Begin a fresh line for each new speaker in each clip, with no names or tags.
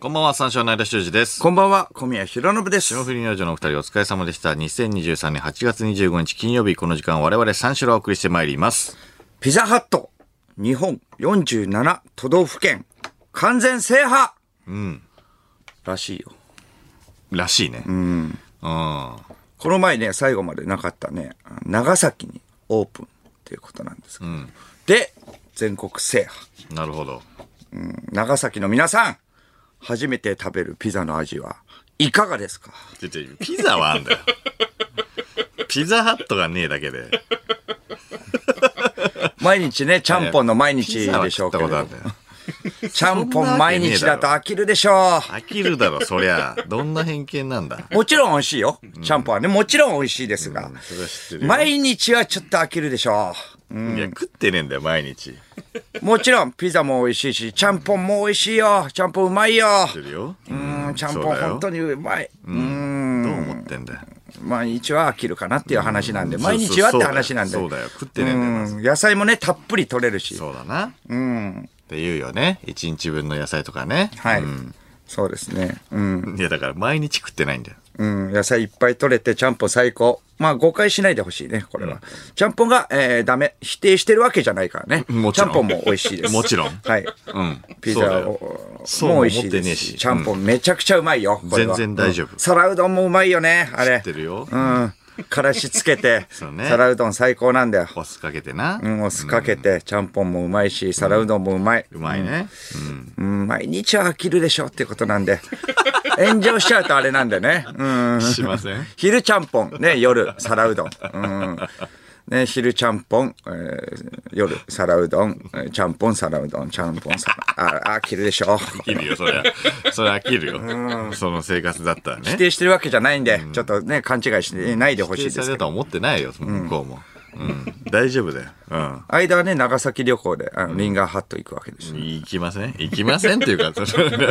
こんばんは、三四郎の間修二です。
こんばんは、小宮弘信です。
霜降り明星のお二人お疲れ様でした。2023年8月25日金曜日、この時間我々三四郎をお送りしてまいります。
ピザハット、日本47都道府県、完全制覇うん。らしいよ。
らしいね。うん。うん。
この前ね、最後までなかったね、長崎にオープンっていうことなんですけど。で、全国制覇。
なるほど。
長崎の皆さん、初めて食べるピザの味はいかがですか
ちょちょピザはあん だよ。ピザハットがねえだけで。
毎日ね、ちゃんぽんの毎日
ピザは
でしょ
食っ
うけ
た
れ
ことあ
ど
るん。だよ。
ちゃんぽん毎日だと飽きるでしょう。
飽きるだろ、そりゃ。どんな偏見なんだ。
もちろん美味しいよ。ちゃんぽんはね、もちろん美味しいですが。
それは知ってるよ。
毎日はちょっと飽きるでしょ
いや、食ってねえんだよ、毎日。
う。もちろん、ピザも美味しいし、ちゃんぽんも美味しいよ。ちゃんぽんうまいよ。
知ってるよ。
うーん、ちゃんぽ
そうんだよ
本当にうまい。うー。
どうん思ってんだよ。
毎日は飽きるかなっていう話なんで、毎日はって話なんで。
そうだよ、そうだよ食ってねえんだよまず。
うん野菜もね、たっぷり取れるし。
そうだな。って言うよね。一日分の野菜とかね。
はい
うん。
そうですね。うん。
いや、だから毎日食ってないんだよ。
うん、野菜いっぱい取れて、ちゃんぽん最高。まあ、誤解しないでほしいね、これは。ちゃんぽんが、えー、ダメ、否定してるわけじゃないからね。
もち
ちゃ
ろん
んぽんも美味しいです。
もちろん
はい。
うん。
ピ
そうだ
ザ
よ
を
そうも
も
思
美
っ
味しい
てねえ
です
し。
し、ちゃんぽんめちゃくちゃうまいよ、これは
全然大丈夫
うん皿うどんもうまいよね、あ
知
れ
って。るよ。
うん。からしつけて、
そうね
皿うどん最高なんだよ。
お酢かけてな。
うん、お酢かけて、ちゃんぽんもうまいし、皿うどんもうまい。
うまいね。うん。
うん、毎日は飽きるでしょってことなんで。 炎上しちゃうとあれなんでね。うん。
しません。
昼ちゃんぽん、ね、夜、皿うどん。うん。ね、昼ちゃんぽん、えー夜、皿うどん、えーちゃんぽん、皿うどん、ちゃんぽん、皿、あ、あ、飽きるでしょ。
飽きるよ、 そりゃ。それ飽きるよ。その生活だったら
否
ね。
定してるわけじゃないんで、ちょっとね、勘違いしないでほしい
定
です
さ
け
れ
ど
たとは思ってないよ、向こうも。うん。大丈夫だよ。うん。
間はね、長崎旅行で、あの、リンガーハット行くわけですよ。
行きません行きませんっていうか、それ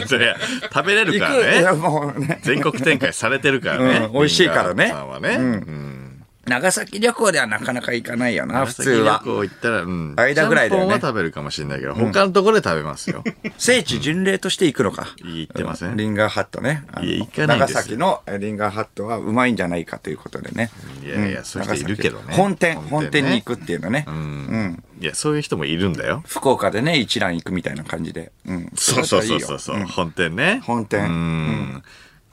そりゃ食べれる
行
か
く、い
ら
や
ね。
もうね、
全国展開されてるからね
う。ん美味しいからね
リンガーハットさんはね。うん
長崎旅行ではなかなか行かないよな、普通
長
は
崎。旅行行ったら、うん。
間ぐらいだよね
ちゃんぽんは食べるかもしれないけど、他のところで食べます よ。
聖地巡礼として行くのか。
行ってません。
リンガーハットね。あの
いや行かないんで
長
す
崎のえリンガーハットはうまいんじゃないかということでね。
いやいや、そういう人いるけど
長
ね。
崎本店、
ね
本店に行くっていうのね。
うん。いや、そういう人もいるんだよ。
福岡でね、一覧行くみたいな感じで。うん。
そうそうそう
れだった
そ
ら
う
いいよ
そう。本店ね。
本店
うーん。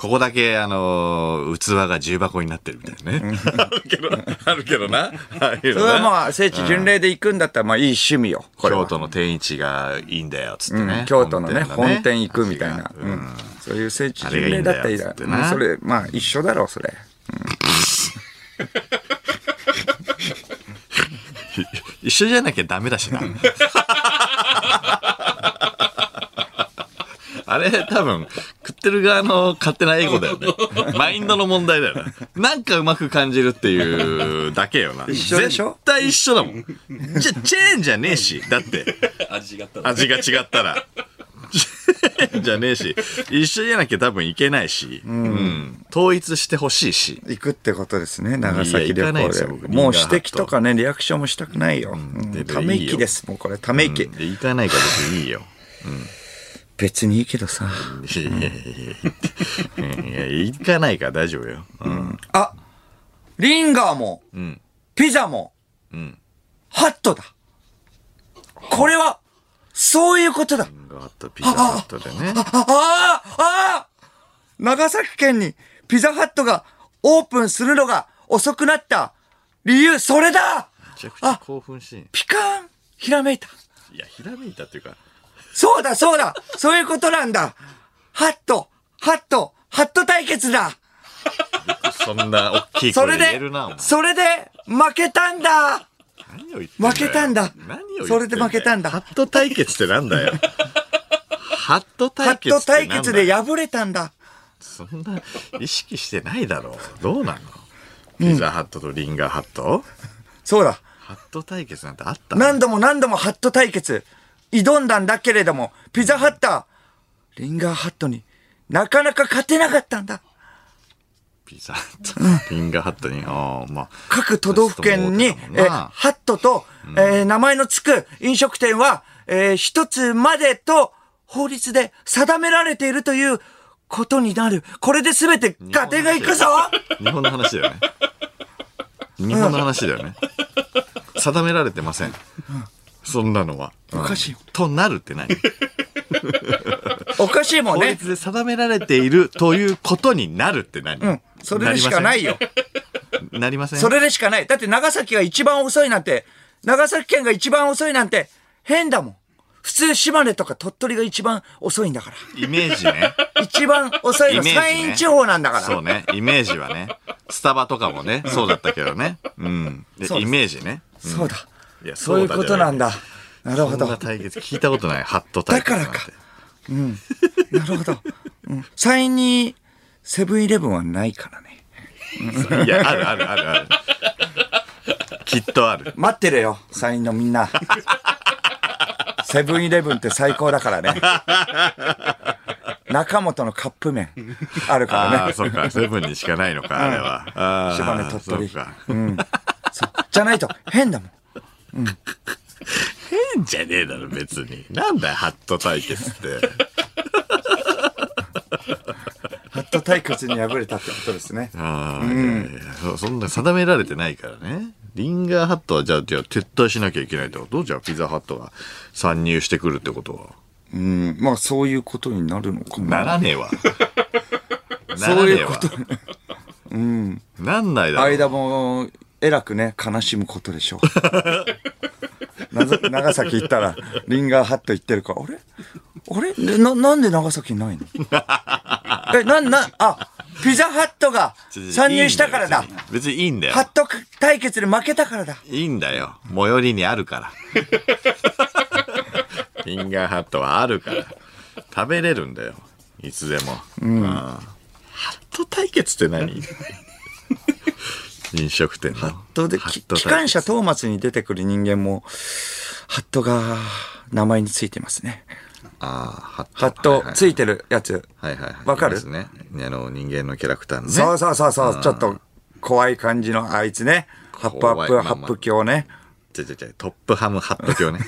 ここだけ、あのー、器が重箱になってるみたいなね。あるけど、あるけどな。あるけ
そ
ど
れ
な
はまあ、聖地巡礼で行くんだったら、まあいい趣味よ。これは
京都の天一がいいんだよ、つって
う
ね
ん。京都のね、
が
本店行くみたいな
味。が
う
うん
ん。そういう聖地巡
あれがいい
礼
んだ
だ
よ
ったらいいだ
つって
ろ
な
それ、まあ一緒だろう、それ。
一緒じゃなきゃダメだし な。あれ、多分、食ってる側の勝手なエゴだよね。マインドの問題だよな。なんかうまく感じるっていうだけよな。
一緒でしょ
絶対一緒だもん。じゃ、チェーンじゃねえし。だって、
味がった
味が違ったら。チェーンじゃねえし。一緒じゃなきゃ多分いけないし。うん。統一してほしいし。
行くってことですね、長崎
いや行
旅
かない
行
です
で。
よ僕
もう指摘とかね、リアクションもしたくないよ。うん
で
ため息です、もうこれ、ため息。
で行かないから別にいいよ。
別にいいけどさ。
いやいやいやいや、いや行かないから大丈夫よ。うん。
あリンガーも、
ん
ピザも、
ん
ハットだこれは、そういうことだ
ガーッとピザハットでね。
ああああ長崎県にピザハットがオープンするのが遅くなった理由、それだ
めちゃくちゃ興奮しい。
ピカーンひらめいた
いや、ひらめいたっていうか、
そうだそうだそういうことなんだハットハットハット対決だ
そんな大きい
そ
声
れ
で言え
で
るな、お前、
それで、負けたんだ
何を言ってよ
負けたんだ
何を言って
それで負けたんだ
ハット対決ってなんだよ。ハット
ハ
対
ッ
決
ト
ってなんだ
対決で敗れたんだ
そんな、意識してないだろう。どうなのピザハットとリンガーハット、
そうだ
ハット対決なんてあった
何度も何度もハット対決、挑んだんだけれども、ピザハッター、リンガーハットになかなか勝てなかったんだ。
ピザハット、リンガーハットに、ああ、まあ。
各都道府県に、
ち
え
ょっと思うけど
ー
な
ハットと、えー名前のつく飲食店は、えー一つまでと法律で定められているということになる。これで全て合点がいくぞ
日本の話だよね。日本の話だよね。定められてません。そんなのは。
おかしいよ
となるって何
おかしいもん
法
ね。
律で定められているということになるって何、
うん。それでしかないよ。
なりません。
それでしかない。だって長崎が一番遅いなんて、長崎県が一番遅いなんて変だもん。普通島根とか鳥取が一番遅いんだか
イメージね。
ら。一番遅い
イ
の
メ
山
ージ、
陰
ね。
地方なんだから。
そうね。イメージはね。スタバとかもね、そうだったけどね。うん。で
そう
イ
です
メージね。うん
そうだ。
いや
そういうことなんだ。なる
そ
ほ
うだ
ど。
じゃないそんな
な
対決聞いたことない。ハット対決なんて。
だからかるほど。うん山陰にセブンイレブンはないからね。
いや、あるあるあるある。きっとある。
待ってるよ、山陰のみんな。 セブンイレブンって最高だからね。中本のカップ麺あるからね
あ。あ、そっか。セブンにしかないのか、あれは。ああ
島根鳥取
そうか。
うん、そうじゃないと変だもん
変じゃねえだろ、別に。なんだよ、ハット対決って。
ハット対決に敗れたってことですね
ああ、いやいやそそんな定められてないからね。リンガーハットはじゃあ、じゃあ撤退しなきゃいけないってことじゃあ、ピザハットが参入してくるってことは。
うんまあそういうことになるのか
ならねえ わ。ならねえわ。うん。なんないだろう。
間もえらくね悲しむことでしょ うなぜ長崎行ったらリンガーハット行ってるからあれあれでななんで長崎にないのえななあピザハットが
ちょちょ
参入したからだ
いいんよ別に別にいいんだよ
ハ。ット対決で負けたからだ
いいんだよ。最寄りにあるから。リンガーハットはあるから。食べれるんだよ。いつでも。うん。ハット対決って何飲食店の。ハッ
とで、
ハ
き
ット
機
対
関
決。
車トーマスに出てくる人間も、ハットが名前についてますね。
ああ、ハット。
ハットついてるやつ。
はいはいはい。
わかる
いますね。あの、人間のキャラクターのね。
そうそうそうそう、ちょっと怖い感じのあいつね。ハップアップ、
怖い
ハップ教ね。
ちょちょちょ、トップハムハット 卿ね。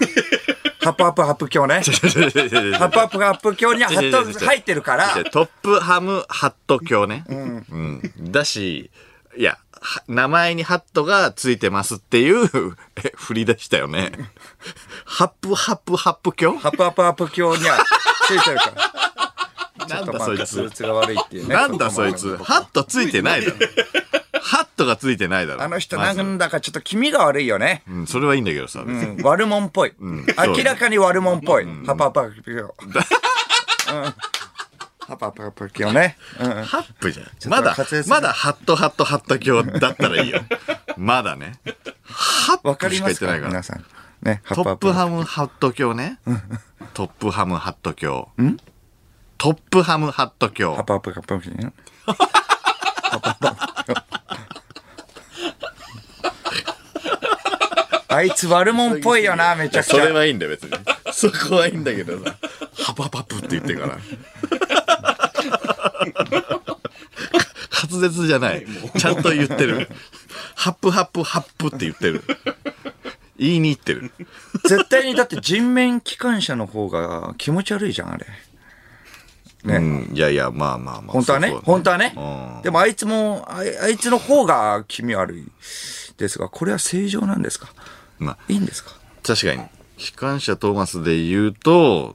ハップアップ、ハップ教 ね。ハップアップ、ハップ教にはハットが入ってるから、
じゃあトップハムハット卿ね。うん。だし、いや、は名前にハットがついてますっていう、 え、振り出したよね。ハップハップハップ卿
ハップアップ、ハップ教にはついてるから。
なん
ちょ
だ
っと
そ
ま
い
あ
つ
通。つが悪いっていうね。
なんだそいつ。ハットついてないだろ。ハットがついてないだろ。
あの人、
ま
な
ず
んだかちょっと気味が悪いよね。
うん、それはいいんだけどさ、別に
うん悪者っぽい。
そう
明らかに悪者っぽい。ハパパピヨ。うんハパパパピヨね。うん
ハップじゃん。
と
まだ
活躍す、る
まだハットハットハット卿だったらいいよ。まだね。ハ
わ
ッ
か
プ
り
しか
ま
言っ
す
てな
か
いから
皆。さん。ね、ハ
トッ
パパ
プ
ピヨ。
ハムハット卿ね。トップハムハット卿。トップハムハット
ハ
卿。
パパパピヨ。あいつ悪者っぽいよな、めちゃくち ゃ。
はいいんだよ、別に。そこはいいんだけどさ。ハパパプって言ってから。 滑舌じゃない。ちゃんと言ってる。ハップハップハップって言ってる。言いに行ってる。
絶対にだって人面機関車の方が気持ち悪いじゃん、あれ。ね
うんいやいや、まあまあまあ。
本当はね
そうそう
本当はね
うん
でもあいつも、あいあいつの方が気味悪いですが、これは正常なんですか
まあ、
いいんですか
確かに。機関車トーマスで言うと、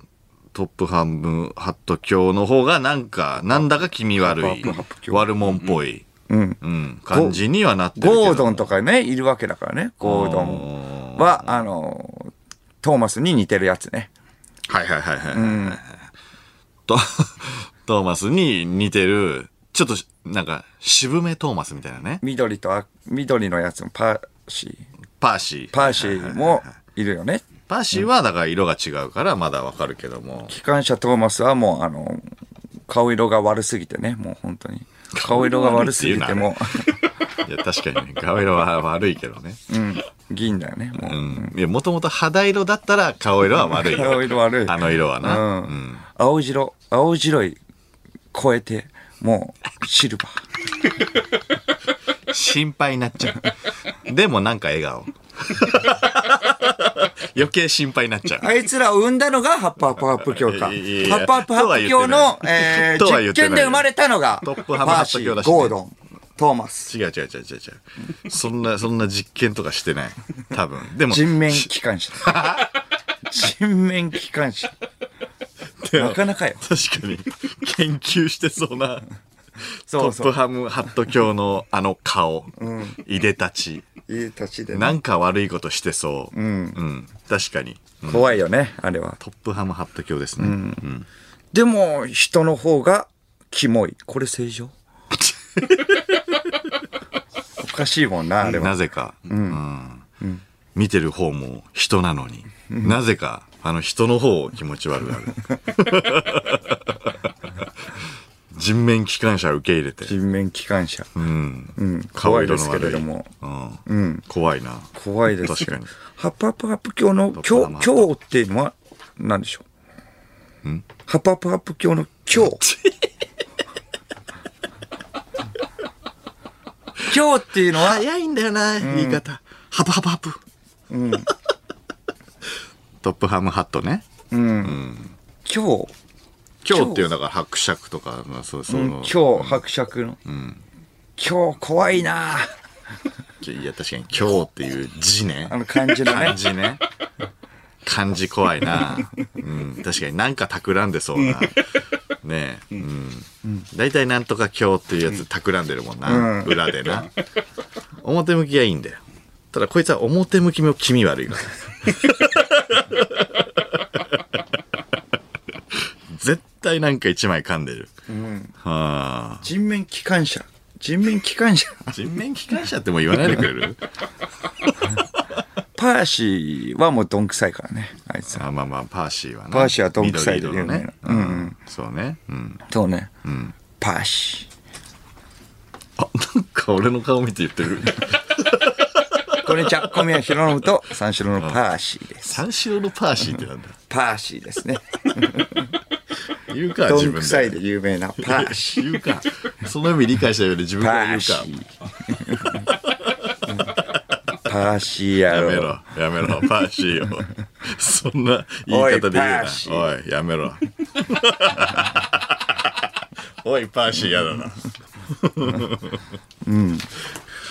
トップハムハット卿の方がなんか、なんだか気味悪い
ハップハップ。卿
悪者っぽい。うん。感じにはなってるけど。
ゴードンとかね、いるわけだからね。ゴードンは、あの、トーマスに似てるやつね。
はいはいはいはい。と、 トーマスに似てる、ちょっとし、なんか、渋めトーマスみたいなね。
緑とあ、緑のやつもパーシー。
パーシー。
パーシーもいるよね。
パーシーは、だから色が違うから、まだわかるけど も。
機関車トーマスはもう、あの、顔色が悪すぎてね、もう本当に。顔色が悪すぎても
いや、確かにね、顔色は悪いけどね。
う、うん、銀だよね、もう。
うん。いや、もともと肌色だったら顔色は悪いよ。
顔色悪い。
あの色はな。
うん青白、青白い超えて、もう、シルバー。
心配になっちゃう。でもなんか笑顔。余計心配になっちゃう。
あいつらを生んだのがハップハップハップ教か。ハ
いやい
ッ
や
プハップハップ教の、え
と
ー、
は言
実
ってない
験で生まれたのが、
トップハムハップ教だしね
パーシーゴードン、トーマス、
違う違う違う違う違う。そんな、そんな実験とかしてない。多分。でも、
人面機関車。人面機関車。
でも
なかなかよ。
確かに、研究してそうな、
そう
ト
そ
ップ
う。
ハムハット教のあの顔、いでたち、
いいたちでね
なんか悪いことしてそう。うん確かに。うん
怖いよね、あれは。
トップハムハット教ですね。うん
でも、人の方が、キモい。これ 正常おかしいもんな、あれは。
なぜか、うん見てる方も人なのに、なぜかあの人の方を気持ち悪くなる 人面機関車受け入れて、
人面機関車。
うん
うん、
顔
怖い
色
で
の
す
悪
け
い
れども。
うん
うん。
怖い な
怖いです
確かに
ハップハップハップ教の
ップハ
教
マ
教っていうのは何でしょうハップハップハップ教の 教教っていうのは
早いんだよな、言い方ハプハプハプ、トップハムハットね
教
今日っていうのが伯爵とかまあそうそう、
教伯爵の教怖いなあ
いや確かに今日っていう字ね
あの漢字のね
漢字ね。漢字怖いな。うん、確かになんか企んでそうな。ねえ。うん。大体なんとか今日っていうやつ企んでるもんな。裏でな。表向きはいいんだよ。ただこいつは表向きも気味悪 いから。絶対なんか一枚噛んでる。はあ。
人面機関車人面機関車
人面機関車ってもう言わないでくれる
パーシーはもうどんくさいからねあいつ
あまあまあ、パーシーはな
パーシーはどんくさいで
緑
有名
色の
な
ね。う
うんうん
ん。そうね。うん。
そうねパーシー
あ、なんか俺の顔見て言ってる。
こんにちは、小宮浩信と三四郎のパーシーです。
三四郎のパーシーってなんだ。
パーシーですね。
言うか、
ど
自
ん
分で。
くさいで有名なパ ーシー。
言うか。その意味理解したより自分
パ
が言
ー
う
シ
か。
ー。パーシーや
や
ろ。
めろ、やめろ、パーシーよ。そんな言い方で言う
おい
な
パーシ。
おい、やめろ。おい、パーシーやだな。うん。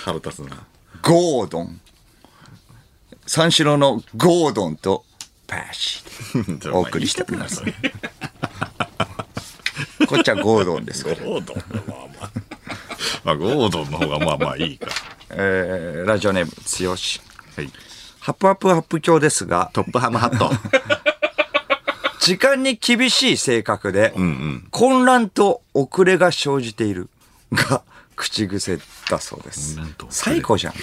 腹立つな。。
ゴードン。三四郎のゴードンとパーシお送りしております
ゴ
ー。こっちはゴードンで すから。
ードンまあまあ。まあ、ゴードンの方がまあまあいいか。
えー、ラジオネーム、つよし。
はい。
ハップハップハップ教ですが、
トップハムハット。
時間に厳しい性格で、混乱と遅れが生じているが口癖だそうです
混乱と遅れ。
最高じゃん。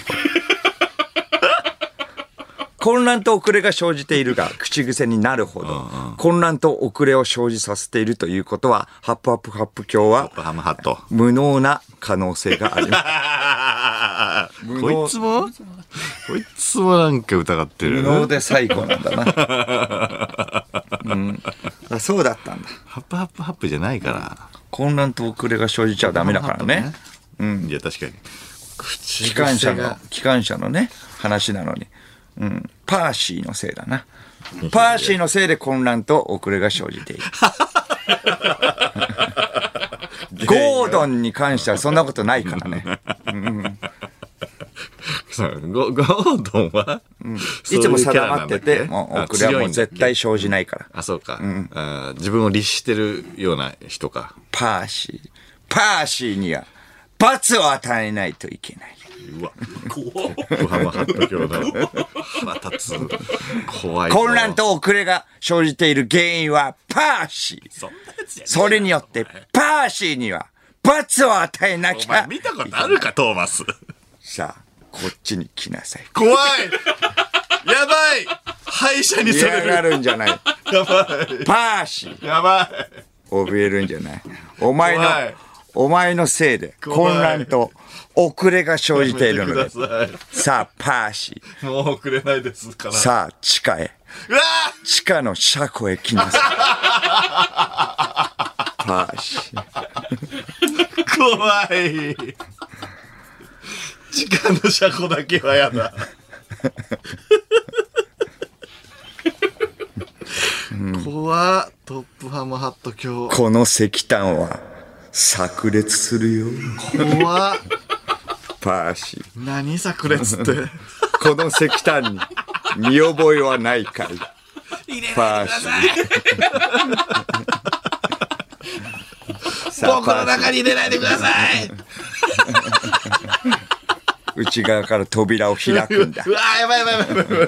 混乱と遅れが生じているが口癖になるほど、混乱と遅れを生じさせているということは、ハップハップハップ教は
トップハムハット。
無能な可能性があります。能
こいつもこいつもなんか疑ってる。
無能で最高なんだな。うん、あそうだったんだ。
ハップハップハップじゃないから。
混乱と遅れが生じちゃダメだからね。
うん。いや、確かに。口
機関車
癖
の
が。、
機関車のね、話なのに。うん。パーシーのせいだな。パーシーのせいで混乱と遅れが生じ ている。ゴードンに関してはそんなことないか らね。
そうゴゴードンは、
いつも定まってて、
も
も
う
う
いうキ
遅
ャラ
れは
なんだっけあ強いん
もう
だっ
絶
け
対生じないから。
あ、そうか、あー自分を律してるような人か。
パーシー。パーシーには罰を与えないといけない。
うわ。怖っ。ハムハット教だ。腹立つ。怖い。
混乱。と遅れが生じている原因はパーシー。
そんなやつじゃねえ
それによってパーシーには罰を与えなき
お前
ゃ。
見たことあるか、トーマス。
さあ、こっちに来なさい。
怖いやばい歯医者にされ
嫌
る
がるんじ ゃない。
やばい
パーシー、
やば
怯えるんじゃない。お前の
怖い、
お前のせいで
怖い
混乱と遅れが生
い
じているの
やめ
で
て。くださ
さあ、パーシー、
いもうくれないですから。
さあ、地下へ。
うわ
地下の車庫へ来 なさい。パーシー、
ー怖い地下の車庫だけはやだ。日はトップハムハット教
この石炭は炸裂するよ
怖っ
パーシー
何炸裂って
この石炭に見覚えはないかい
入れ
パーシーさあ
僕
パ
の
ーシー
中に入れないでください
内側から扉を開くんだ
うわーやばいやばいやばいやばい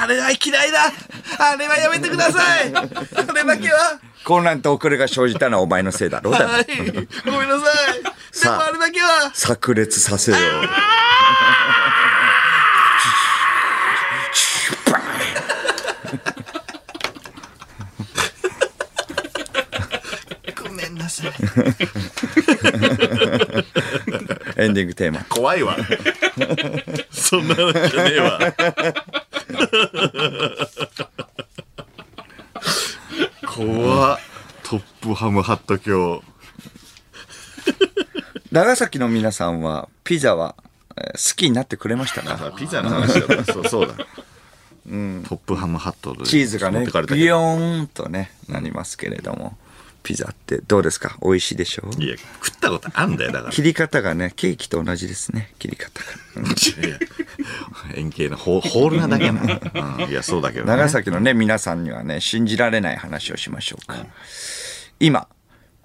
あれは嫌いだあれはやめてくださいあれだけは
混乱と遅れが生じたのはお前のせいだろうだろ
はいごめんなさいで
さあ
もあれだけは
炸裂させよう。
ごめんなさい
エンディングテーマ。
怖いわそんなのじゃねえわ怖っトップハムハット教
長崎の皆さんは、ピザは、えー好きになってくれましたか
ピザの話だったそうそうだ、トップハムハットで
チーズが
持っ
ね
てかれ、たけど
ビヨーンとね、なりますけれども。ピザってどうですか美味しいでしょう
いや食ったことあんだよだから
切り方がね、ケーキと同じですね。切り方が。
いや 円形のホホールなだけな、うん、いやそうだけど、ね、
長崎のね、皆さんにはね、信じられない話をしましょうか。今、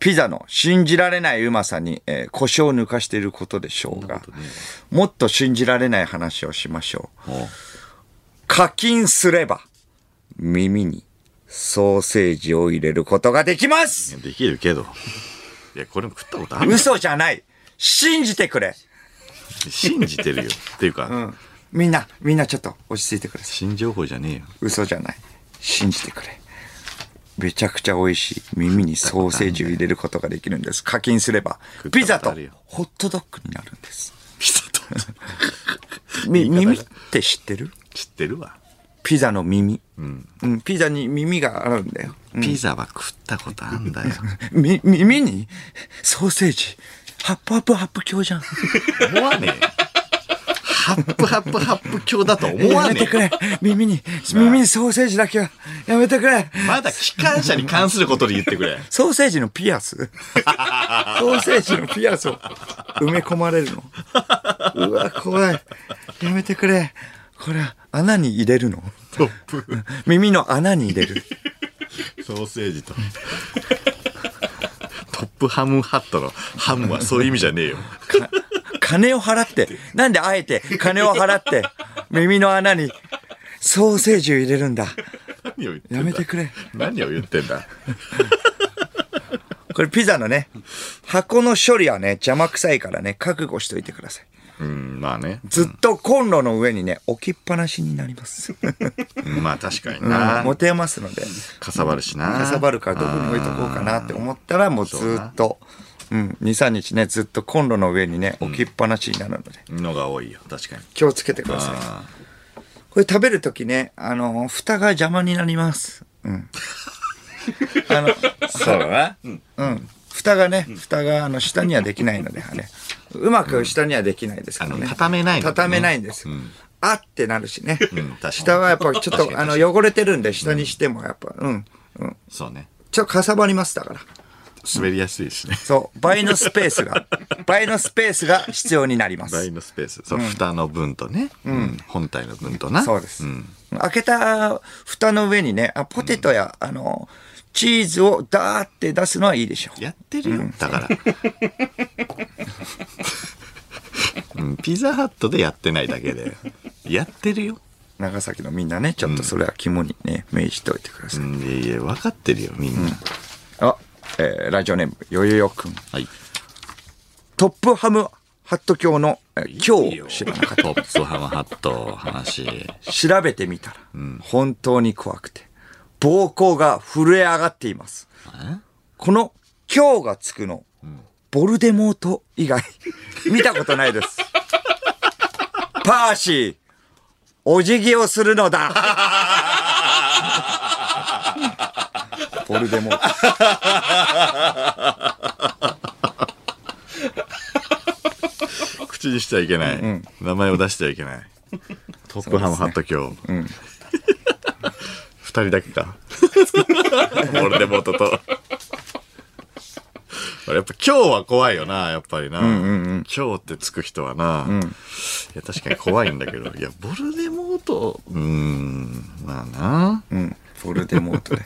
ピザの信じられないうまさに、えー、胡椒を抜かしていることでしょうが、もっと信じられない話をしましょう
お。
課金すれば、耳にソーセージを入れることができます
できるけどいやこれも食ったことある
嘘じゃない信じてくれ
信じてるよっていうか、
みんな、みんなちょっと落ち着いてください。
新情報じゃねえよ
嘘じゃない。信じてくれ。めちゃくちゃ美味しい。耳にソーセージを入れることができるんです。課金すれば、ピザとホットドッグになるんです。
ピザと
み、耳って知ってる
知ってるわ、
ピザの耳。うん。ピザに耳があるんだよ。
ピザは食ったことあんだよ
み、耳にソーセージ。ハップハップハップ教じゃん。
思わねえよハップハップハップ教だと思
や
わ
め
ね
て
え
く
よ
れ。耳に、耳にソーセージだけは。やめてくれ。
まだ機関車に関することで言ってくれ
ソーセージのピ アスソーセージのピアスを埋め込まれるのうわ、怖い。やめてくれ。これ、穴に入れるの
トップ
耳の穴に入れる。
ソーセージとトップハムハットのハムはそういう意味じゃねえよ
金を払って、なんであえて金を払って、耳の穴にソーセージを入れるんだ。
何を言ってんだ
やめてくれ。
何を言ってんだ
これピザのね、箱の処理はね、邪魔くさいからね、覚悟しといてください。
うんまあね
ずっとコンロの上にね、置きっぱなしにな ります。
まあ確かに
うん
な、
持てますので。
かさばるしな
かさばるからどこに置いとこうかなって思ったらもうずっと、うん、23日ねずっとコンロの上にね置きっぱなしになるので、
のが多いよ確かに
気をつけてくださいこれ食べる時ねあの蓋が邪魔になりますうんあの
そうだな
うん蓋がね蓋があの下にはできないのであれうまく下にはできないですから
あ
ね
の畳めないのね
畳めないんですよ、あってなるしね、
ん確かに
下はやっぱちょっとあの汚れてるんで下にしてもやっぱうん、うん、
そうね
ちょっとかさばりますだから
滑りやすいしね
そう、倍のスペース が、倍のスペースが必要になりま
倍
す。
のスペースそう、蓋の分とね、うん本体の分とな
そうです。
ん
開けた蓋の上にね、あポテトや、あの、チーズをダーって出すのはいいでしょう。
やってるよ、だ から、うん、ピザハットでやってないだけでやってるよ、
長崎のみんなね、ちょっとそれは肝にね、銘じておいてくだ
う
さい。
ん、いやいや分かってるよみんな、
あ、えーラジオネーム、よよよくん。
はい
トップハムハット教の、えー
いい
今
よ
日知らなかっ
トップハムハット話
た。調べてみたら、本当に怖くて、膀胱が震え上がっています。この今日がつくの、ボルデモート以外、 見たことないです。パーシー、お辞儀をするのだ。 ボルデモー
口にしちゃいけない、名前を出してはいけ ないトップハムハット今日、二人だけかボルデモートと。俺やっぱ今日は怖いよな、やっぱりな。今日ってつく人はな、いや、確かに怖いんだけど、いや、ボルデモート、うーん、まあな。
うん。ボルデモートで。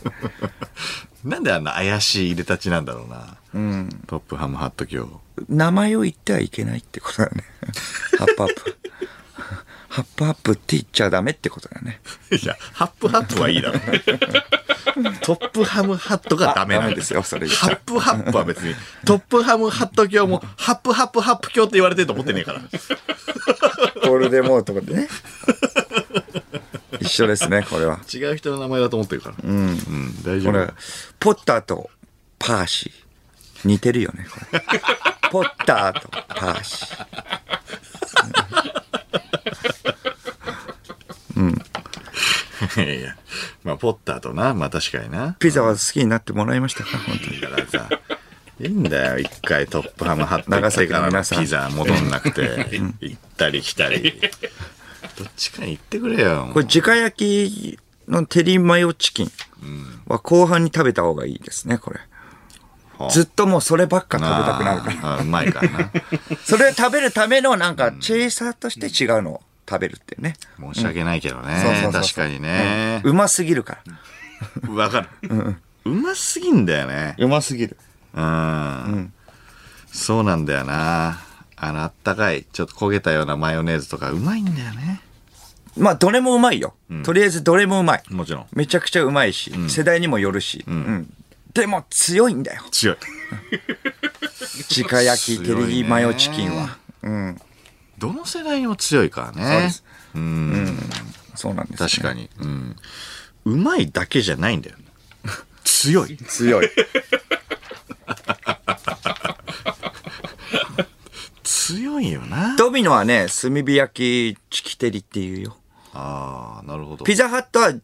なんであんな怪しい入れたちなんだろうな。トップハムハット卿。
名前を言ってはいけないってことだよね。ハップアップ。ハップアップって言っちゃダメってことだよね。
いや、ハップハップはいいだろ。トップハムハットがダメなん
あダメですよそれ言っち
ハ
ゃ
ップハップは別に、トップハムハット卿も、ハップハップハップ卿って言われてると思ってねえから。
ボルデモートでね。 一緒ですね、これは。
違う人の名前だと思ってるから。うん。大丈
これ
夫。、
ポッターとパーシー。似てるよね、こ れ。ポッターとパーシー。
いやいや。まあ、ポッターとな、まあ確かにな。
ピザは好きになってもらいましたか本当に。
だからさ、いいんだよ、一回トップハムハット行
長
って
崎
か
の
ら
皆
の
さん
ピザ戻んなくて、行ったり来た り。どっちかに行ってくれよ。
これ、直焼きのテリマヨチキンは後半に食べた方がいいですね、これ。
はあ
ずっともうそればっか食べたくなるから。
あーあーうまいからな。
それを食べるためのなんかチェイサーとして違うのを食べるっていうね。
申し訳ないけど
そうそうそ
ね
う。そう
確かにね。
うますぎるから。
わかる。うますぎんだよね。
うますぎる。
うん。そうなんだよな。あの、あったかい、ちょっと焦げたようなマヨネーズとか、うまいんだよね。
まあ、どれもうまいよ。とりあえずどれもうまい。
もちろん。
めちゃくちゃうまいし、世代にもよるし。うんでも強いんだよ。
強い。
直焼きテリマヨチキンは。
どの世代にも強いからね。
そうです。うん。そうなんです、ね。
確かに。うん。うまいだけじゃないんだよね。強い。
強い。
強いよな。
ドミノはね、炭火焼きチキテリっていうよ。
ああ、なるほど。
ピザハットは直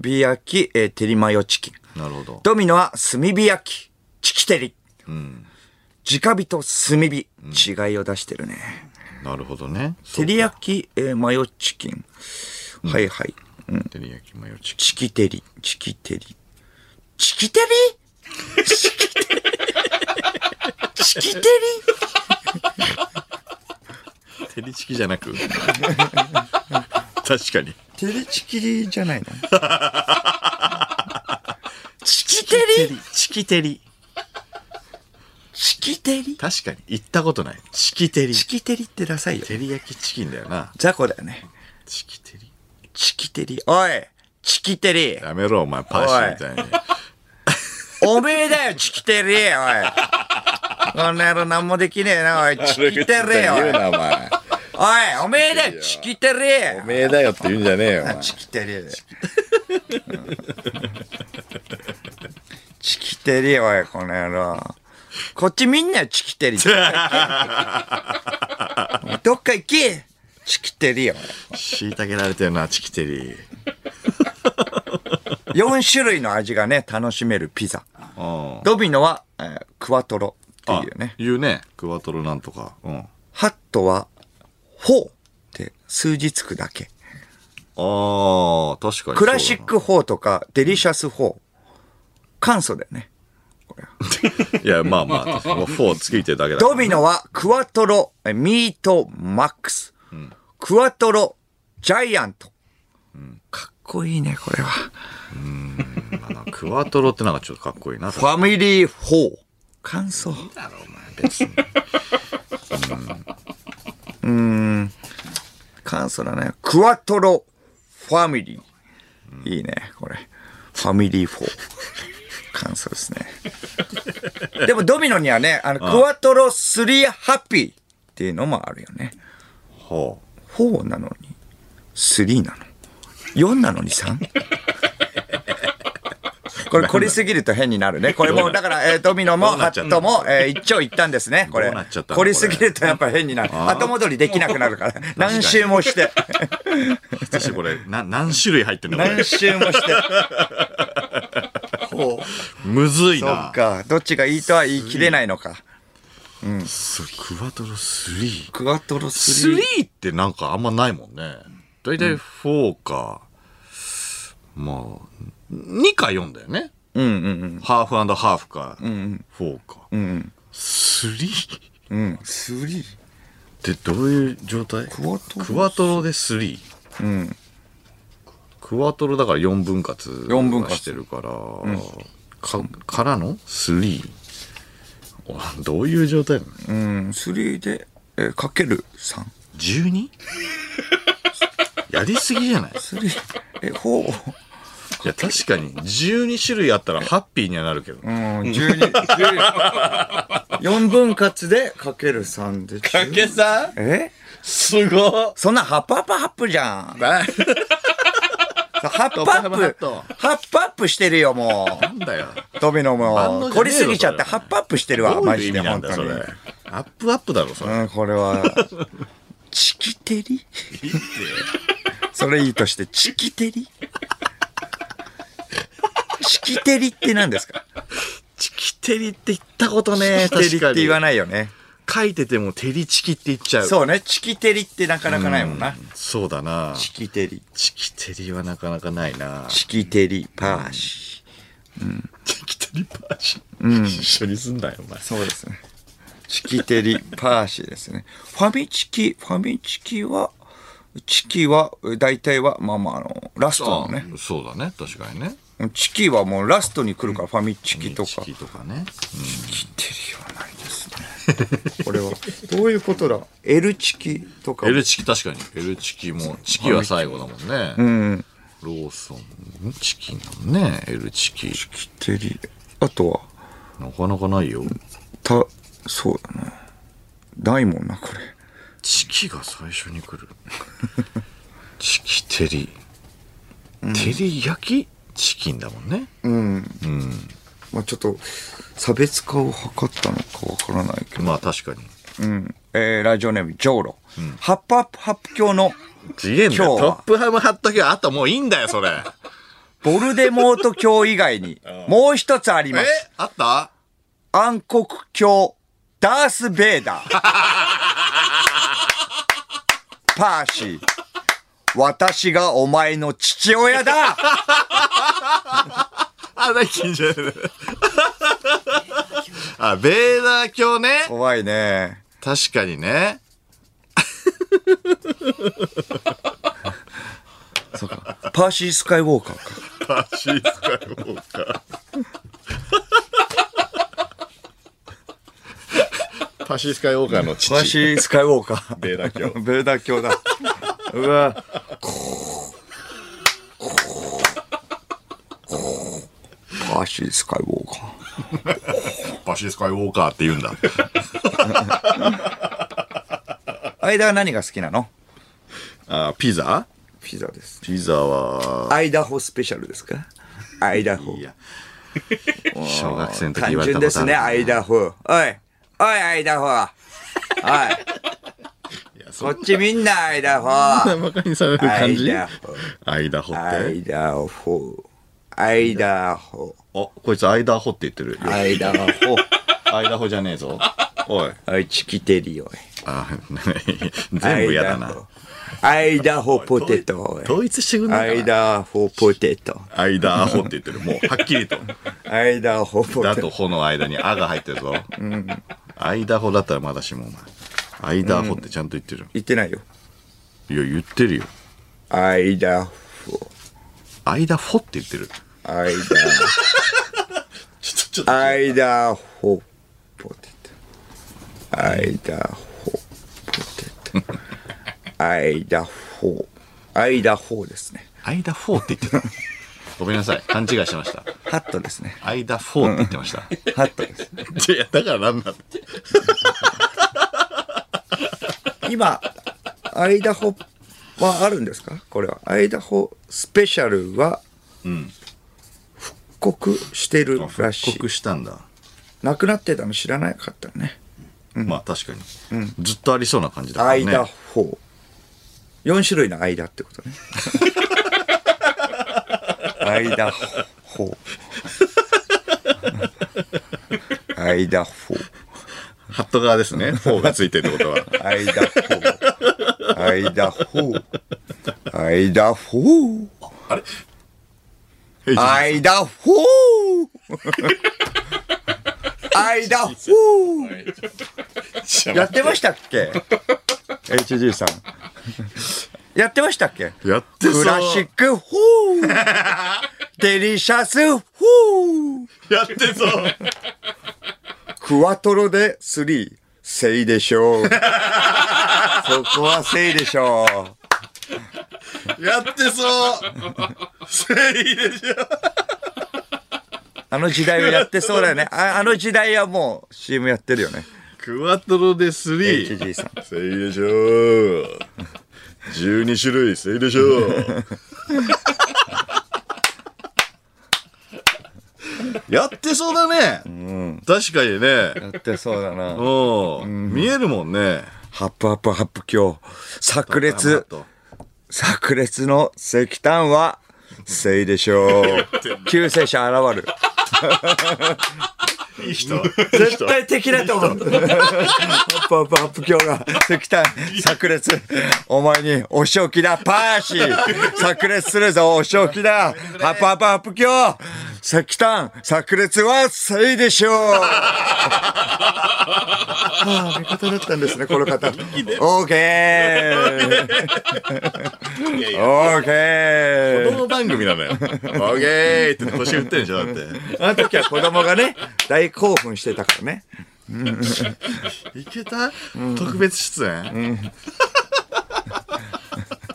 火焼き、えーテリマヨチキン。
なるほど。
ドミノは炭火焼き、チキテリ。直火と炭火、違いを出してるね。
なるほどね。そう
照り焼き、えーマヨチキン。はいはい。
照り焼きマヨチキン
チキテリ、チキテリ。チキテリチキテリチキテ
照りチキじゃなく 確かに
リテリチキリじゃないの
チ
キテリ
チキテリ
チキテリ
確かに行ったことないチキテリ
チキテリってダサいよ。
照り焼きチキンだよな
雑魚だよね。
チキテリ
チキテリ。おいチキテリ
やめろお前パーシーみたいに
おめえだよ、チキテリおいこの野郎何もできねえな、おい。チキテリお
言う
い
なお前
おい、おめえだよ、チキテリ
おめえだよって言うんじゃねえよお前
チキテリで。チキテリおい、この野郎。こっちみんなよチキテリ。どっか行け。どっか行け。チキテリおい。
虐げられてるなチキテリ
4種類の味がね、楽しめるピザ。
うん
ドミノは、えークワトロって
あ
いうね。
言うねクワトロなんとかうんあ
ハットは、フォーって数字つくだけ。
ー確かに
クラシックフォーとか、デリシャスフォー。簡素だよね。
クいやまあまあ確かにもう4ついてるだけだ
ドミノはクワトロ、えミート、マックス。クワトロ、ジャイアント。かっこいいね、これは。
クワトロってなんかちょっとかっこいいな
ファミリー4。感想。
だろお前別に
簡素だね。クワトロ、ファミリー。いいね、これ。ファミリー4。感想ですね。でもドミノにはね、あの、クワトロ3ハッピーっていうのもあるよね。
ほう
4なのに3なの4なの に 3? これ凝りすぎると変になるね。これもうだから、えードミノも
どうな
ハ
っちゃう
ッ
の
トも、えー一長一短ですね。これ
どうなっちゃったの
凝りすぎるとやっぱ変になる。後戻りできなくなるから。何周もして。
そしてこれ、な、何種類入ってんだこれ
何。周もして。ほう。
むずい
そ
な
っ。か。どっちがいいとは言い切れないのか。
それクワトロ 3?
クワトロ3。
3ってなんかあんまないもんね。だいたい4か。まあ、 2回読んだよね。
うんうん
ハーフハーフか、フ
ん
ォ4か。
うん。うん
スリー
うん。うん。スリー。
ってどういう状態
クワトロ
クワトロでスリー
うん。
クワトロだから4分割
四分割
してるから、かからの3どういう状態なの
うん。スリーで、えーかける三。
12? やりすぎじゃない
スリー。え、ほう。
いや確かに12種類あったらハッピーにはなるけど、
うん、十二。 四分割でかける三で。
かけさん
え
すごっ
そんなハップハップハップじゃ ん。
な
ハップ
ハ
ハ
ッ
ッ
プハッ
プ
プ。
ハップハップしてるよ、も
なんだよ
う。ドミノ
万能じゃねえ
も。
よ
凝りすぎちゃって、
それ
ハップハップしてるわ、
どう
マ
いう
ジ
意
で、
味なん
本
だ
当
そ
に。
れ
う
アップアップだろそれ、
ん、これは。チキテリ
いいって
それいいとして、チキテリチキテリって何ですか
チキテリって言ったことね
チキテリ
確
って
かに
言わないよね。
書いててもテリチキって言っちゃう
そうね、チキテリってなかなかないもんな。
そうだな
チキテリ。
チキテリはなかなかないな
チキテリパーシー。
チキテリパーシー一緒にすんなよお前
そうですね。チキテリパーシーですね。ファミチキ、ファミチキは、チキは、大体は、まあまあ、あの、ラストのね。
あそうだね確かにね
チキはもうラストに来るから、ファミチキと
チ
か。
キとかね
チキテリはないですね。 これは、どういうことだ ?L チキとか。
L チキ確かに L チキもチキは最後だもんね
うん。
ローソンチキンだもんね L チキ
チキテリ。あとは、
なかなかないよ
た、そうだな。ないもんな、これ。
チキが最初に来るチキテリテリ焼きチキンだもんね
まあちょっと、差別化を図ったのかわからないけど。
まあ確かに
うん。えー、ラジオネーム、ジョーロ。ハップアップハップ教の
次元だよ
今日
ト
は
ップハム貼っときはあともういいんだよそれ
ボルデモート教以外に、も う一つあり
え
ます。
あった
暗黒教、ダース・ベイダ ー。パーシー。私がお前の父親だ
あ、なきんじゃない。 あ、ベーダー教ね。
怖いね。
確かにね。
そうか。パーシー・スカイウォーカーか。
パシースカイウォーカー。パシースカイウォーカーの父。
パーシー・スカイウォーカー。
ベーダー教。
ベーダー教だ。うわ。パーシー・スカイウォーカー。
パシースカイウォーカーって言うんだ。
間は何が好きなの
あ、ピザ
ピザです。
ピザは、
アイダホスペシャルですかアイダホ
い。や。小学生の時
単
言われたこ
純で
とあ
す
る
ね、
な。
アイダホ。おい、おい、アイダホ。お
いや
い、こっちみんなアイダホ。ア
馬鹿にされる感じ
間ほ
間ほって。
イダホ。アイダホ。
あ、こいつ間ほって言ってる。
アイダホ。
間ほじゃねえ ぞ。おい。
おい、チキテリよ。
あ、 全部嫌だな。。
アイダホポテト。おい
統一してくん
ア
ない
イダホポテト。
間アホって言ってる。もう、はっき りと。
アイダホポ
だ
テ
と
ト。
ほの間にあが入ってるぞ。間ほだったらまだしも、お前。間ほってちゃんと言ってる。
言ってないよ。
いや、言ってるよ。
アイダホ。
間ほって言ってる。
アイ
ちょっと、ちょっ
ダ、アイダホポテト。アイダホポテト。アイダホ。アイダホですね。
間ほって言ってた。ごめんなさい。勘違いしてました。
ハットですね。
間ほって言ってました。
ハットです。
いや、だからなんだって。
今、アイダホはあるんですかこれは。アイダホスペシャルは、復刻してるらしい
復。刻したんだ。
なくなってたの知らなかったね。
まあ確かに。ずっとありそうな感じだからね。
間法。4種類の間ってことね。間法。間法。
ハット側ですね。フォーがついてるってことは。
間法。間法。間法。
あれ
アイダホーアイダホーやってましたっけ ?HG さん。やってましたっけ
やってそう
クラシックホーデリシャスホー
やってそう。
クワトロで3、せいでしょう。そこはせいでしょう。
やって そう。せいでしょ。
あの時代はやってそうだよね。ああの時代はもう CM やってるよね。
クワトロで3。
HG さん。
せいでしょう。12種類せい でしょう。やってそうだね。確かにね。
やってそうだな。
うん。見えるもんね。
ハップハップハップ今日、炸裂、炸裂の石炭は、せいでしょう。救世者現る。
いい人。
絶対敵だと思う。ハップハップハップ今日が石炭、炸裂。お前にお仕置きだ、パーシー。炸裂するぞ、お仕置きだ。ハップハップハップ今日、石炭、炸裂はせいでしょう。ああ、味方だったんですね、この方。オーケー。
いやいや。
オーケ
子
ー
供番組なのよ。 オーケーって年振ってんでしょだって。
あの時は子供がね、大興奮してたからね。
いけた、特別出演、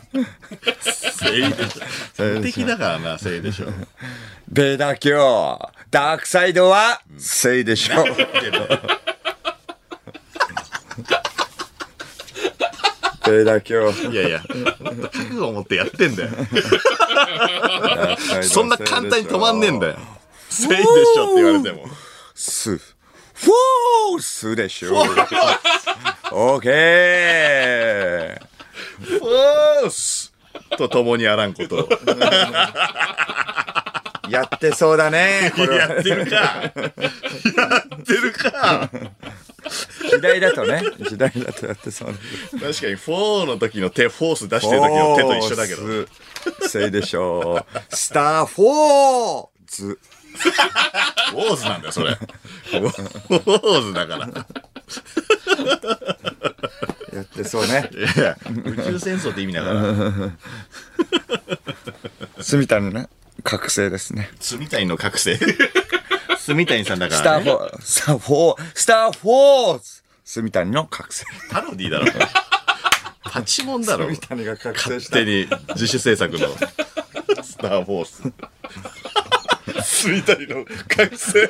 せいでしょ。無敵だからな、せいでしょ。
ベーダー教、ダークサイドは、せいでしょう。ベーダー教、
いやいや、もっと覚悟を持ってやってんだよ。
ダークサイドは
そんな簡単に止まんねえんだよ。せいでしょって言われても。
せいでしょう。す、フォースでしょう。オーケー。
おーすと共にあらんことを。
やってそうだね。これは
やってるか。やってるか。
時代だとね。時代だとやってそうだね。
確かに、フォーの時の手、フォース出してる時の手と一緒だけど。
フォース。せいでしょう。スターフォーズ。
ウォーズなんだよ、それ。ウォーズだから。
やってそうね。
いや宇宙戦争って意味だから。
住谷のね、覚醒ですね。
住谷の覚醒。住谷さんだか
スタ
ら、
ー
ね。
フォー、スターフォー、スターフォーズ。住谷の覚醒。
パロディだろ。パチモンだろ。
住谷が覚醒
勝
した
手。に自主制作のスター・フォース。住谷の覚醒。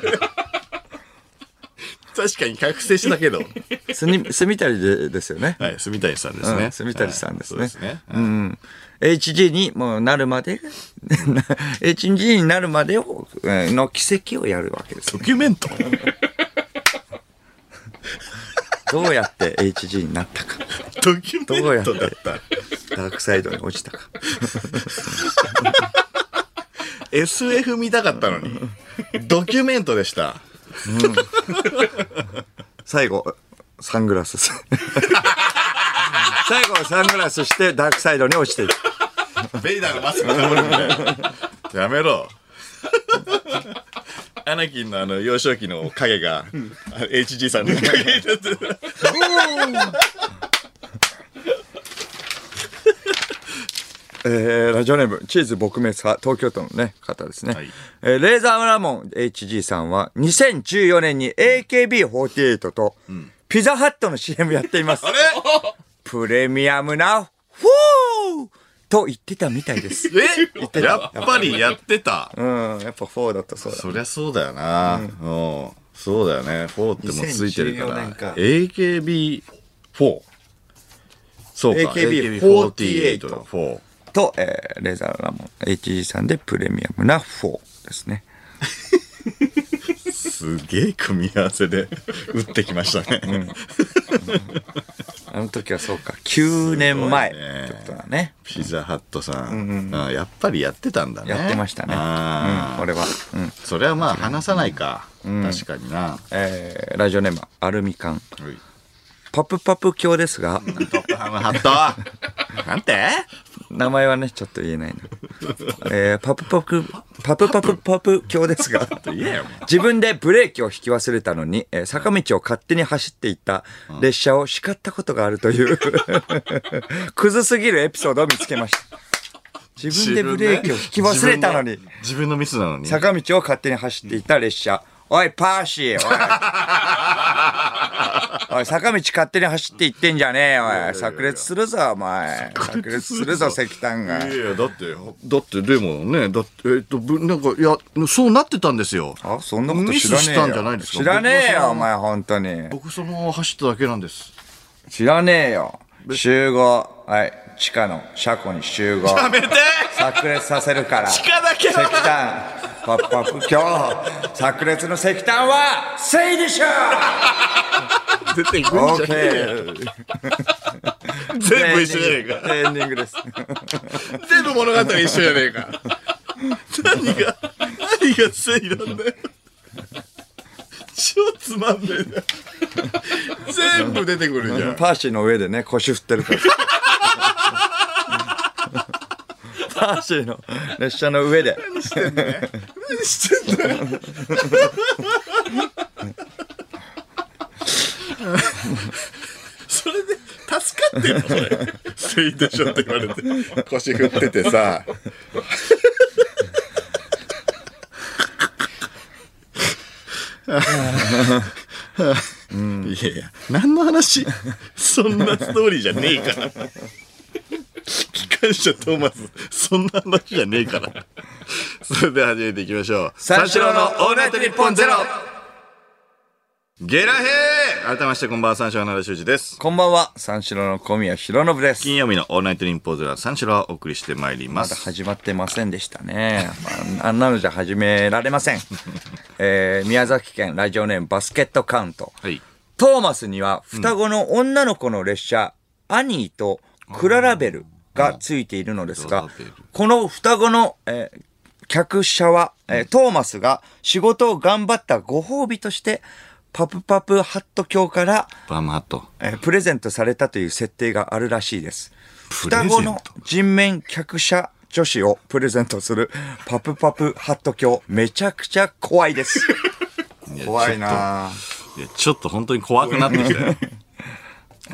確かに覚醒したけど。
住住谷でですよね。
はい、住谷さんです
う
ね。
ん住谷さんですね
はいそうですね。
うん。HG にもうなるまで、HG になるまでを、えーの奇跡をやるわけです。
ド キュメント
どうやって HG になったか。
ドキュ
どう
メ
や
ン
っ
ト
て
だった。
ダークサイドに落ちたか。
SF 見たかったのに。ドキュメントでした。
最後、サング ラス。最後はサングラスしてダークサイドに落ちていく。
ベイダーのマスクかぶるみたいな。やめろ。アナキンのあの幼少期の影が、あ HG さんの影になってる
えーラジオネーム、チーズ撲滅派、東京都のね、方ですね。
はい
えーレーザーラモン HG さんは、2014年に AKB48 と、ピザハットの CM やっています。プレミアムな、フォーと言ってたみたいです。
えやっぱりやってた。
うん、やっぱフォーだったそうだ。
そりゃそうだよな。うん。そうだよね。4ってもうついてるか
2014
ら
年か。
AKB4。そうか。
AKB48
AKB48 の4。
と、えーレーザーラモン HG さんでプレミアムな4ですね。
すげえ組み合わせで 打ってきましたね。
あの時はそうか、9年前っ
すごいね
てことだね。
ピザハットさん。あやっぱりやってたんだね。
やってましたね。
あー
うん、これは。うん。
それはまあ話さないか、確かにな、
えーラジオネーム、アルミ缶。
はい
パプパプ教ですが、
トップハムハット なんて
名前はね、ちょっと言えないな。 えー、パプパプ、パプパプパプ卿ですが、自分でブレーキを引き忘れたのに、えー坂道を勝手に走っていった列車を叱ったことがあると いう、クズすぎるエピソードを見つけました。自分でブレーキを引き忘れたのに
自分、の自分のミスなのに
坂道を勝手に走っていた列車。おい、パーシー おいおい、坂道勝手に走っていってんじゃねえよ、おい。炸裂するぞ、お前。炸裂するぞ、石炭が。
いやだってだってでもねだってえっとぶなんかいやそうなってたんですよ
あ、そんなこと知ら
ミス
ねえ
したんじゃない
よ。
ですか
知らねえ
僕は
よ、お前、本当に。
僕そのまま走っただけなんです
知らねえよ。集合。はい。地下の車庫に集合。
やめて
炸裂させるから。
地下だけは
石炭。パッパップ、今日、炸裂の石炭は、せいでしょ
出ていく
オ
ん
ー
じ
ケ
ゃねえよ
ー。
全部一緒じゃねえか
エンディングです。
全部物語一緒じゃねえか何が何が正義なんだよ超つまんねえな全部出てくるじゃん
パーシーの上でね、腰振って るから。パーシーの列車の上で。
何してんだよそれで助かってんのそれ「せいでしょ」って言われて腰振っててさいやいや何の話そんなストーリーじゃねえから機関車トーマスそんな話じゃねえからそれでは始めていきましょう
三四郎のオールナイトニッポンゼロ
ゲラヘー改めましてこんばんは三四郎の奈良修二です
こんばんは、三四郎の小宮浩信です。
金曜日のオールナイトニッポンゼロは三四郎をお送りしてまいりま
ますだ始まってませんでしたね。ああんなのじゃ始められません。えー、宮崎県ラジオネームバスケットカウント。
はい
トーマスには双子の女の子の列車、アニーとクララベルがついているのです
うん
が
クララベル、
この双子の、えー客車は、えートーマスが仕事を頑張ったご褒美として、パプパプハット卿から、
バマと
えープレゼントされたという設定があるらしいです。
プレゼ
双
ント
子の人面客車女子をプレゼントするパプパプハット卿、めちゃくちゃ怖いです。怖いなぁ。
いやちょっと本当に怖くなって きたよ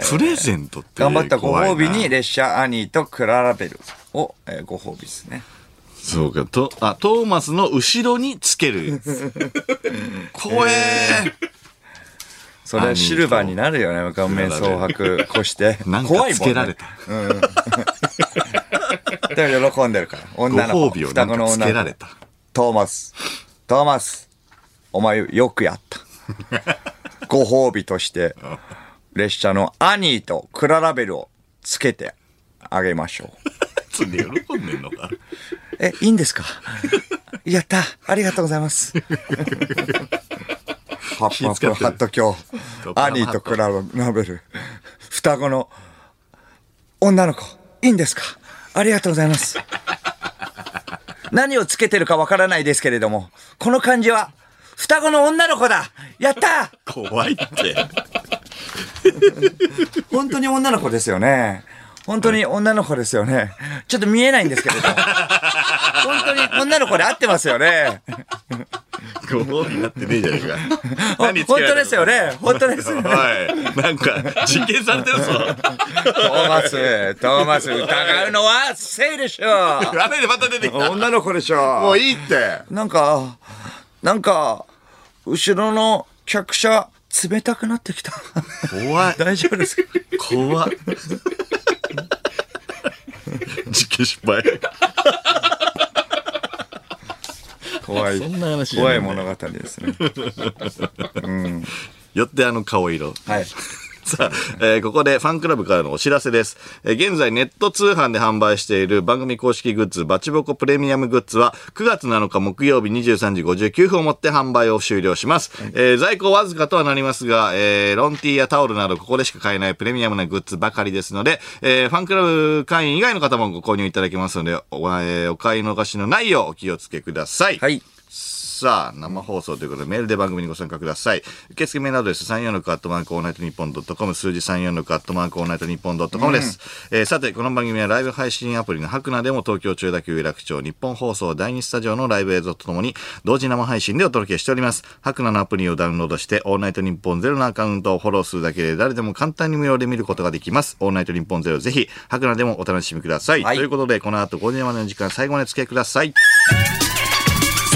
プレゼントって
頑張ったご褒美
怖い
に
な
列車アニーとクララベルを、えーご褒美ですね。
そうかとあトーマスの後ろにつける 怖えー
それはシルバーになるよね、顔面蒼白越して。
なんか
怖いもん、ね。
つけられた。
でも喜んでるから。女の
ご褒
子。
美をな
双
ん
子の
かつけら
女の
れ
子。
た。
トーマス。トーマス。お前よくやった。ご褒美として、列車のアニーとクララベルをつけてあげましょう。
喜んでんのか。
え、いいんですかやった。ありがとうございます。ハッパップハット卿、アニーとクラベル、双子の女の子、いいんですかありがとうございます。何をつけてるかわからないですけれども、この感じは、双子の女の子だやった
怖いって。
本当に女の子ですよね。本当に女の子ですよね。ちょっと見えないんですけれど。本当に女の子で合ってますよね。
ご褒美になってねえじゃねえか。
本
何つけられたの
当ですよ。ね。本当です。ト
おい
ー、
なんか、実験されてるぞ。
マス、トーマス、疑うのはせいでしょう。
あれでまた出てきた。
女の子でし
も
ょ
ういいって。
う。なんか、なんか、後ろの客車、冷たくなってきた。
怖い。
大丈夫ですか
怖い。実験失敗。
怖い。
そんな話じゃな
怖
い
い
んだよ
物語ですね。
よってあの顔色。
はい。
さあ、えーここでファンクラブからのお知らせです。えー現在ネット通販で販売している番組公式グッズ、バチボコプレミアムグッズは、9月7日木曜日23時59分をもって販売を終了します。えー在庫わずかとはなりますが、えーロンティーやタオルなどここでしか買えないプレミアムなグッズばかりですので、えーファンクラブ会員以外の方もご購入いただけますので、お,、えーお買い逃しのないようお気をつけください。
はい。
さあ、生放送ということで、メールで番組にご参加ください。受付メールアドレス、346アットマークオールナイトニッポンドットコム、数字346アットマークオールナイトニッポンドットコムです。えーさて、この番組はライブ配信アプリのハクナでも東京中田区有楽町日本放送第2スタジオのライブ映像とともに、同時生配信でお届けしております。ハクナのアプリをダウンロードして、オールナイトニッポンゼロのアカウントをフォローするだけで、誰でも簡単に無料で見ることができます。オールナイトニッポンゼロ、ぜひ、ハクナでもお楽しみください。
はい
ということで、この後5時までの時間、最後までお付き合いください。